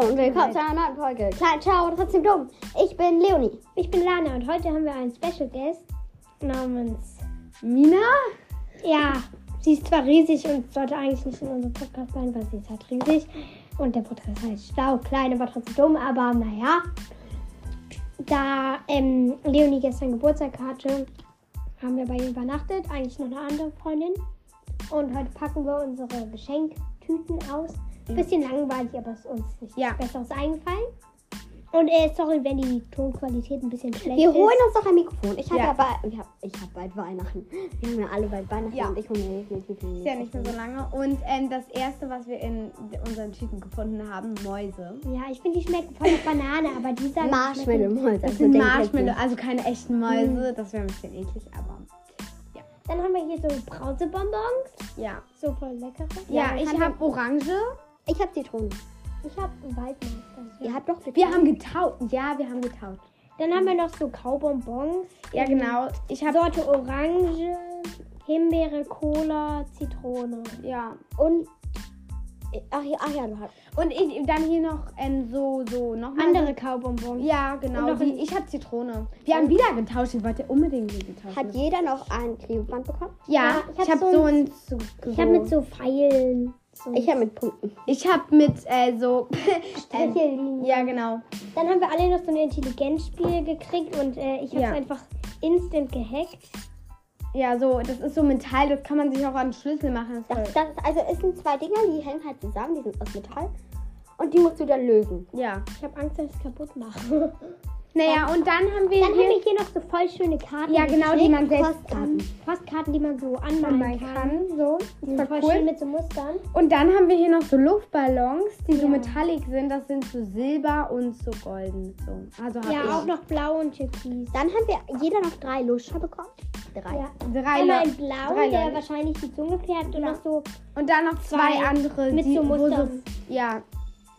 und willkommen zu einer neuen Folge. Klein, ciao, trotzdem dumm. Ich bin Leonie. Ich bin Lana und heute haben wir einen Special Guest namens. Mina? Ja, sie ist zwar riesig und sollte eigentlich nicht in unserem Podcast sein, weil sie ist halt riesig. Und der Podcast ist halt schlau, klein, aber trotzdem dumm. Aber naja, da ähm, Leonie gestern Geburtstag hatte, haben wir bei ihr übernachtet. Eigentlich noch eine andere Freundin. Und heute packen wir unsere Geschenktüten aus. Bisschen langweilig, aber ist uns nicht Ja. Besseres eingefallen. Und äh, sorry, wenn die Tonqualität ein bisschen schlecht Wir ist. holen uns doch ein Mikrofon. Ich habe Ja. ja. bald, ich hab, ich hab bald Weihnachten. Wir haben ja alle bald Weihnachten Ja. und ich hole mir definitiv ein Ist ja nicht mehr so lange. Und ähm, das erste, was wir in d- unseren Tüten gefunden haben, Mäuse. Ja, ich finde, die schmecken voll nach Banane, aber die sagen. Marshmallow im Holz. Das also sind Hm. denk halt Marshmallow, nicht. also keine echten Mäuse. Das wäre ein bisschen eklig, aber Dann haben wir hier so Brausebonbons. ja. So voll leckere. Ja, man ich kann habe Orange. Ich habe Zitronen. Ich habe einen Waldmeister. Ihr habt doch Zitronen. Wir haben getaut. Ja, wir haben getaut. Dann haben wir noch so Kaubonbons. Ja, genau. Ich habe. Sorte Orange, Himbeere, Cola, Zitrone. Ja. Und. Ach ja, ach ja, du hast. Und ich, dann hier noch ähm, so, so nochmal. Andere Kaubonbons. Ja, Und genau. noch ein- Die, ich habe Zitrone. Wir haben wieder getauscht. Ich wollte unbedingt die getauscht. Hat jeder noch ein Klebeband bekommen? ja, Ja, ich ich hab habe hab so so ein. So, Ich habe mit so Pfeilen. So Ich habe mit Punkten. Ich habe mit äh, so. ähm, Strichellinien. ja, genau. Dann haben wir alle noch so ein Intelligenzspiel gekriegt und äh, ich habe es Ja. einfach instant gehackt. Ja, so, das ist so Metall, das kann man sich auch an den Schlüssel machen. Das Das, ist voll, das, also es sind zwei Dinger, die hängen halt zusammen, die sind aus Metall. Und die musst du dann lösen. ja. Ich habe Angst, dass ich es kaputt mache. Naja, und dann haben wir Dann haben wir hier hier noch so voll schöne Karten. Ja, genau, die man selbst Postkarten. Postkarten, die man so anmalen anmalen kann. kann. So. Die Das sind war voll schön cool. mit so Mustern. Und dann haben wir hier noch so Luftballons, die so Ja. metallic sind. Das sind so silber und so golden. So. Also hab ich Ja, auch noch blau und türkis. Dann haben wir jeder noch drei Luscher bekommen. Drei. Ja. drei Einmal Le- ein blau, drei der Leute. wahrscheinlich die Zunge färbt und noch so Und dann noch zwei, Zwei andere. mit so wo Mustern. ja,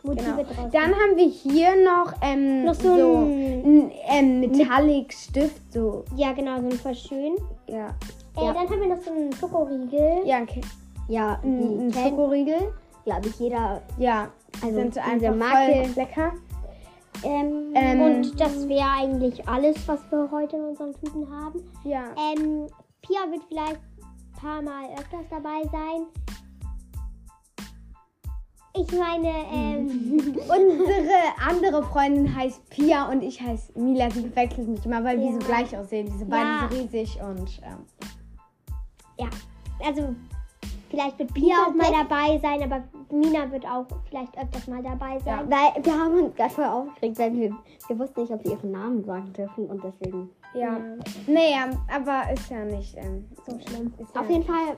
Motive genau. draus. Dann haben wir hier noch, ähm, Noch so ein ähm, metallic Stift. So. ja, genau, so ein voll schön. Ja. Äh, Ja. dann haben wir noch so einen Schokoriegel. Ja, okay. Ja, Ein, die ein kennt, Schokoriegel. glaube ich, jeder. Ja. Also Mhm. sind diese einfach Marke- voll lecker. Ähm, Ähm, Und das wäre eigentlich alles, was wir heute in unseren Tüten haben. Ja. Ähm, Pia wird vielleicht ein paar Mal öfters dabei sein. Ich meine, ähm, Unsere andere Freundin heißt Pia und ich heiße Mila. Sie verwechseln mich immer, weil wir Ja. so gleich aussehen. Diese beiden Ja. sind riesig und ähm, ja, also vielleicht wird Pia auch mal dabei sein, aber Mina wird auch vielleicht öfters mal dabei sein. weil wir haben uns gerade voll aufgeregt, weil wir, wir wussten nicht, ob wir ihren Namen sagen dürfen und deswegen. ja. Naja, aber ist ja nicht ähm, so schlimm. Ist ja, Auf jeden Fall,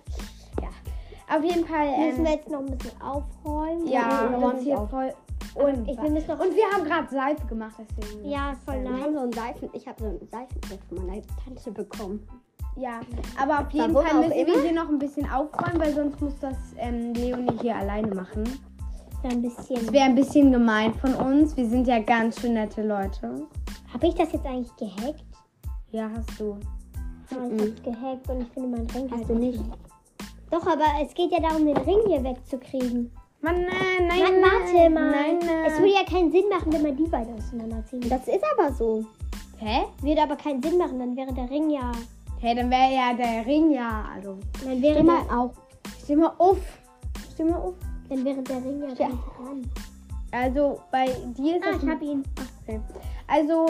auf jeden Fall. Müssen Ähm, wir jetzt noch ein bisschen aufräumen? wir ja, das räumen ist hier auf. voll. Und Und, Ähm, ich will mich noch. und wir haben gerade Seife gemacht, deswegen. ja, voll wir nice. haben so einen Seifen. Ich habe so einen Seifenset von meiner Tante bekommen. Ja, aber auf jeden Warum Fall auch müssen wir immer? hier noch ein bisschen aufräumen, weil sonst muss das ähm, Leonie hier alleine machen. Dann ein Das bisschen. wäre ein bisschen gemein von uns. Wir sind ja ganz schön nette Leute. Habe ich das jetzt eigentlich gehackt? Ja, hast du. Hm. Ja, ich hab's gehackt und ich finde meinen Ring Hast halt du nicht? Doch, aber es geht ja darum, den Ring hier wegzukriegen. Mann, äh, nein, nein, Mann, warte nein, mal. Nein, nein. Es würde ja keinen Sinn machen, wenn man die beiden auseinanderziehen. Das ist aber so. Hä? würde aber keinen Sinn machen, dann wäre der Ring ja. Hä, dann wäre ja der Ring ja. Also, Dann wäre, Immer der, auch. stimme auf. Stimme auf. dann wäre der Ring ja. Ja. dran. Also, bei dir ist Ah, das. ich habe ihn. okay. Also,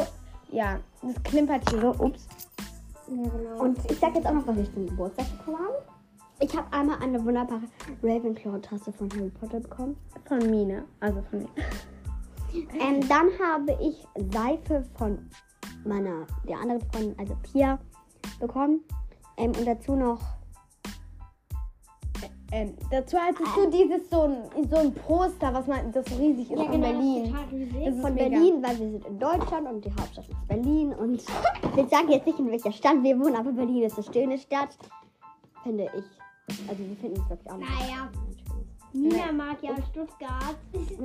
ja, das klimpert hier so. Ups. Und ich sag jetzt auch noch, was ich zum Geburtstag bekommen habe. Ich habe einmal eine wunderbare Ravenclaw-Tasse von Harry Potter bekommen. Von Mina. Also von mir. Ähm, dann habe ich Seife von meiner, der anderen Freundin, also Pia, bekommen. Ähm, und dazu noch, Ähm, dazu hattest du dieses so ein, so ein Poster, was man, das so riesig ist genau, von Berlin. Das ist von mega. Berlin, weil wir sind in Deutschland und die Hauptstadt ist Berlin. Und wir sagen jetzt nicht, in welcher Stadt wir wohnen, aber Berlin ist eine schöne Stadt. Finde ich. Also wir finden es wirklich auch nicht. Naja, Nina mag ja Stuttgart.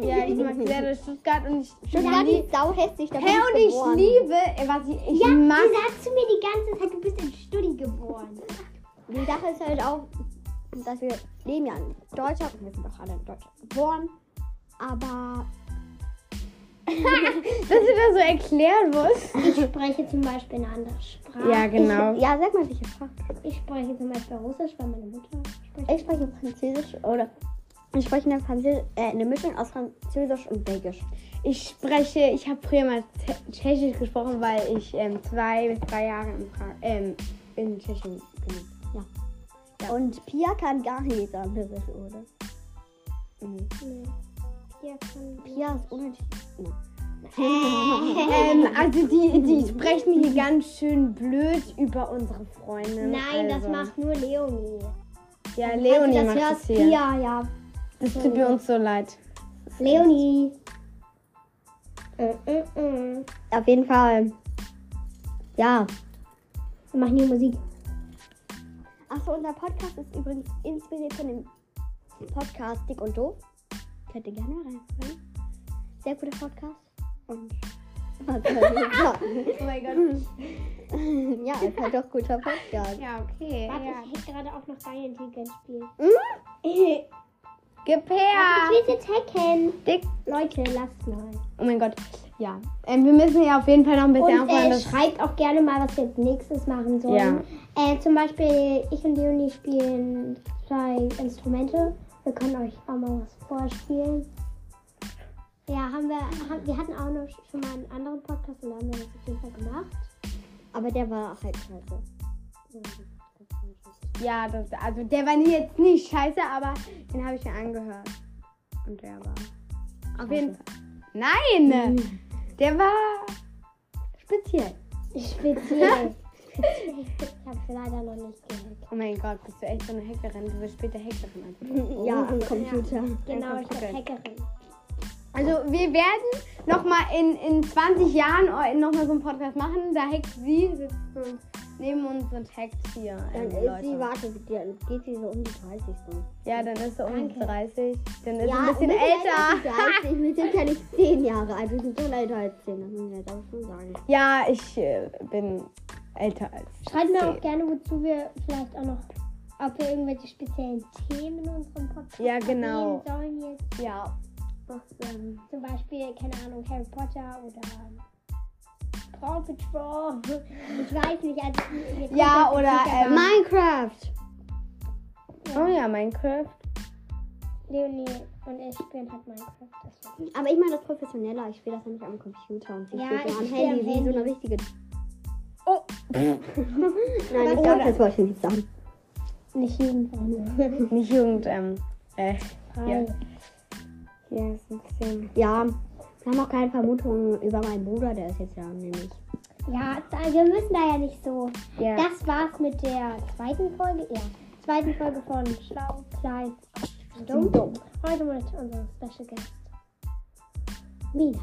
Ja, ich mag sehr das Stuttgart und ich. Stuttgart Hä, ist sauhässlich. da bin und ich geboren. liebe, äh, was ich, ich Ja, du mag. sagst zu mir die ganze Zeit, du bist in Studi geboren. Die Sache ist halt auch, dass wir leben ja in Deutschland und wir sind auch alle in Deutschland geboren. Aber Dass du das so erklären musst. Ich spreche zum Beispiel eine andere Sprache. Ja, genau. Ich, ja, sag mal, welche Sprache. Ich spreche zum Beispiel Russisch, weil meine Mutter spricht. Ich spreche Französisch oder. Ich spreche eine, Französ äh, eine Mischung aus Französisch und Belgisch. Ich spreche, ich habe früher mal Tschä- Tschechisch gesprochen, weil ich ähm, zwei bis drei Jahre in, Prag, ähm, in Tschechien bin. Ja. Und Pia kann gar nichts anderes, oder? Mhm. Nee. Pia kann. Pia ist unnötig. ähm, also die, die sprechen hier ganz schön blöd über unsere Freunde. Nein, das also. macht nur Leonie. Ja, Falls Leonie du macht das hörst, hier. Ja, ja. Das tut mir uns so leid. Leonie. Äh, äh, äh. Auf jeden Fall. Ja. Wir machen hier Musik. Achso, unser Podcast ist übrigens inspiriert von dem Podcast Dick und Doof. Könnt ihr gerne reinhören. Sehr guter Podcast. Und. Was soll ich sagen? Oh mein Gott. ja, ist halt doch guter Podcast. Ja, okay. Warte, Ja. ich hätte gerade auch noch Daniel Tiger gespielt. Hm? Äh. Gib her! Ich will jetzt hacken. Dick. Leute, lasst mal. Oh mein Gott. Ja. Ähm, wir müssen ja auf jeden Fall noch ein bisschen Und aufhören. äh, dass- schreibt auch gerne mal, was wir als nächstes machen sollen. Äh, zum Beispiel, ich und Leonie spielen zwei Instrumente. Wir können euch auch mal was vorspielen. Ja, haben wir, haben, wir hatten auch noch schon mal einen anderen Podcast und da haben wir das auf jeden Fall gemacht. Aber der war halt scheiße. Ja, das, also der war jetzt nicht scheiße, aber den habe ich mir angehört. Und der war. Auf jeden Fall. Nein! Mhm. Der war speziell. Speziell. ich hab's leider noch nicht gehört. Oh mein Gott, bist du echt so eine Hackerin? Du wirst später Hackerin. als ich. Ja, am Computer. Genau, ich Okay. bin Hackerin. Also wir werden nochmal in, in 20 Jahren nochmal so einen Podcast machen. Da hackt sie, sitzt so neben uns und hackt hier. Dann ähm, ist sie, warte, dann geht sie so um die 30. ja, dann ist sie um die 30. Dann ist sie Ja, ein bisschen wir sind älter. als die 30. Wir sind ja nicht 10 Jahre alt, wir sind schon älter als 10. Das muss ich jetzt auch schon sagen. Ja, ich äh, bin älter als. Schreibt mir auch zehn. gerne, wozu wir vielleicht auch noch, ob wir irgendwelche speziellen Themen in unserem Podcast Ja, genau. erwähnen sollen jetzt. Ja. ähm, Zum Beispiel, keine Ahnung, Harry Potter oder Paw Patrol. Ich weiß nicht, also wir- wir- Ja, wir- oder, wir- ähm, Minecraft! Oh ja, Minecraft. Leonie und ich spielen halt Minecraft. Das war- Aber ich meine das professioneller. Ich spiele das ja nicht am Computer und sie Ja, spielt ich ja am spiel Handy am wie Handy. so eine richtige. Oh. Nein, ich Oder- glaube, das wollte ich nicht sagen. Nicht Jugendfreunde. Nicht Jugend, ähm. Äh. Hi. Hier ist ein bisschen. Ja, wir haben auch keine Vermutungen über meinen Bruder, der ist jetzt ja nämlich. Ja, da, wir müssen da ja nicht so. Ja. Das war's mit der zweiten Folge. Ja, zweiten Folge von Schlau, Klein und Dumm. Heute mit unserem Special Guest. Mina.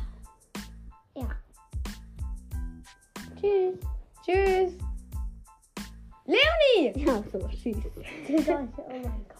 Ja. Tschüss. Tschüss. Leonie! Ja, so, tschüss. Leute, oh mein Gott.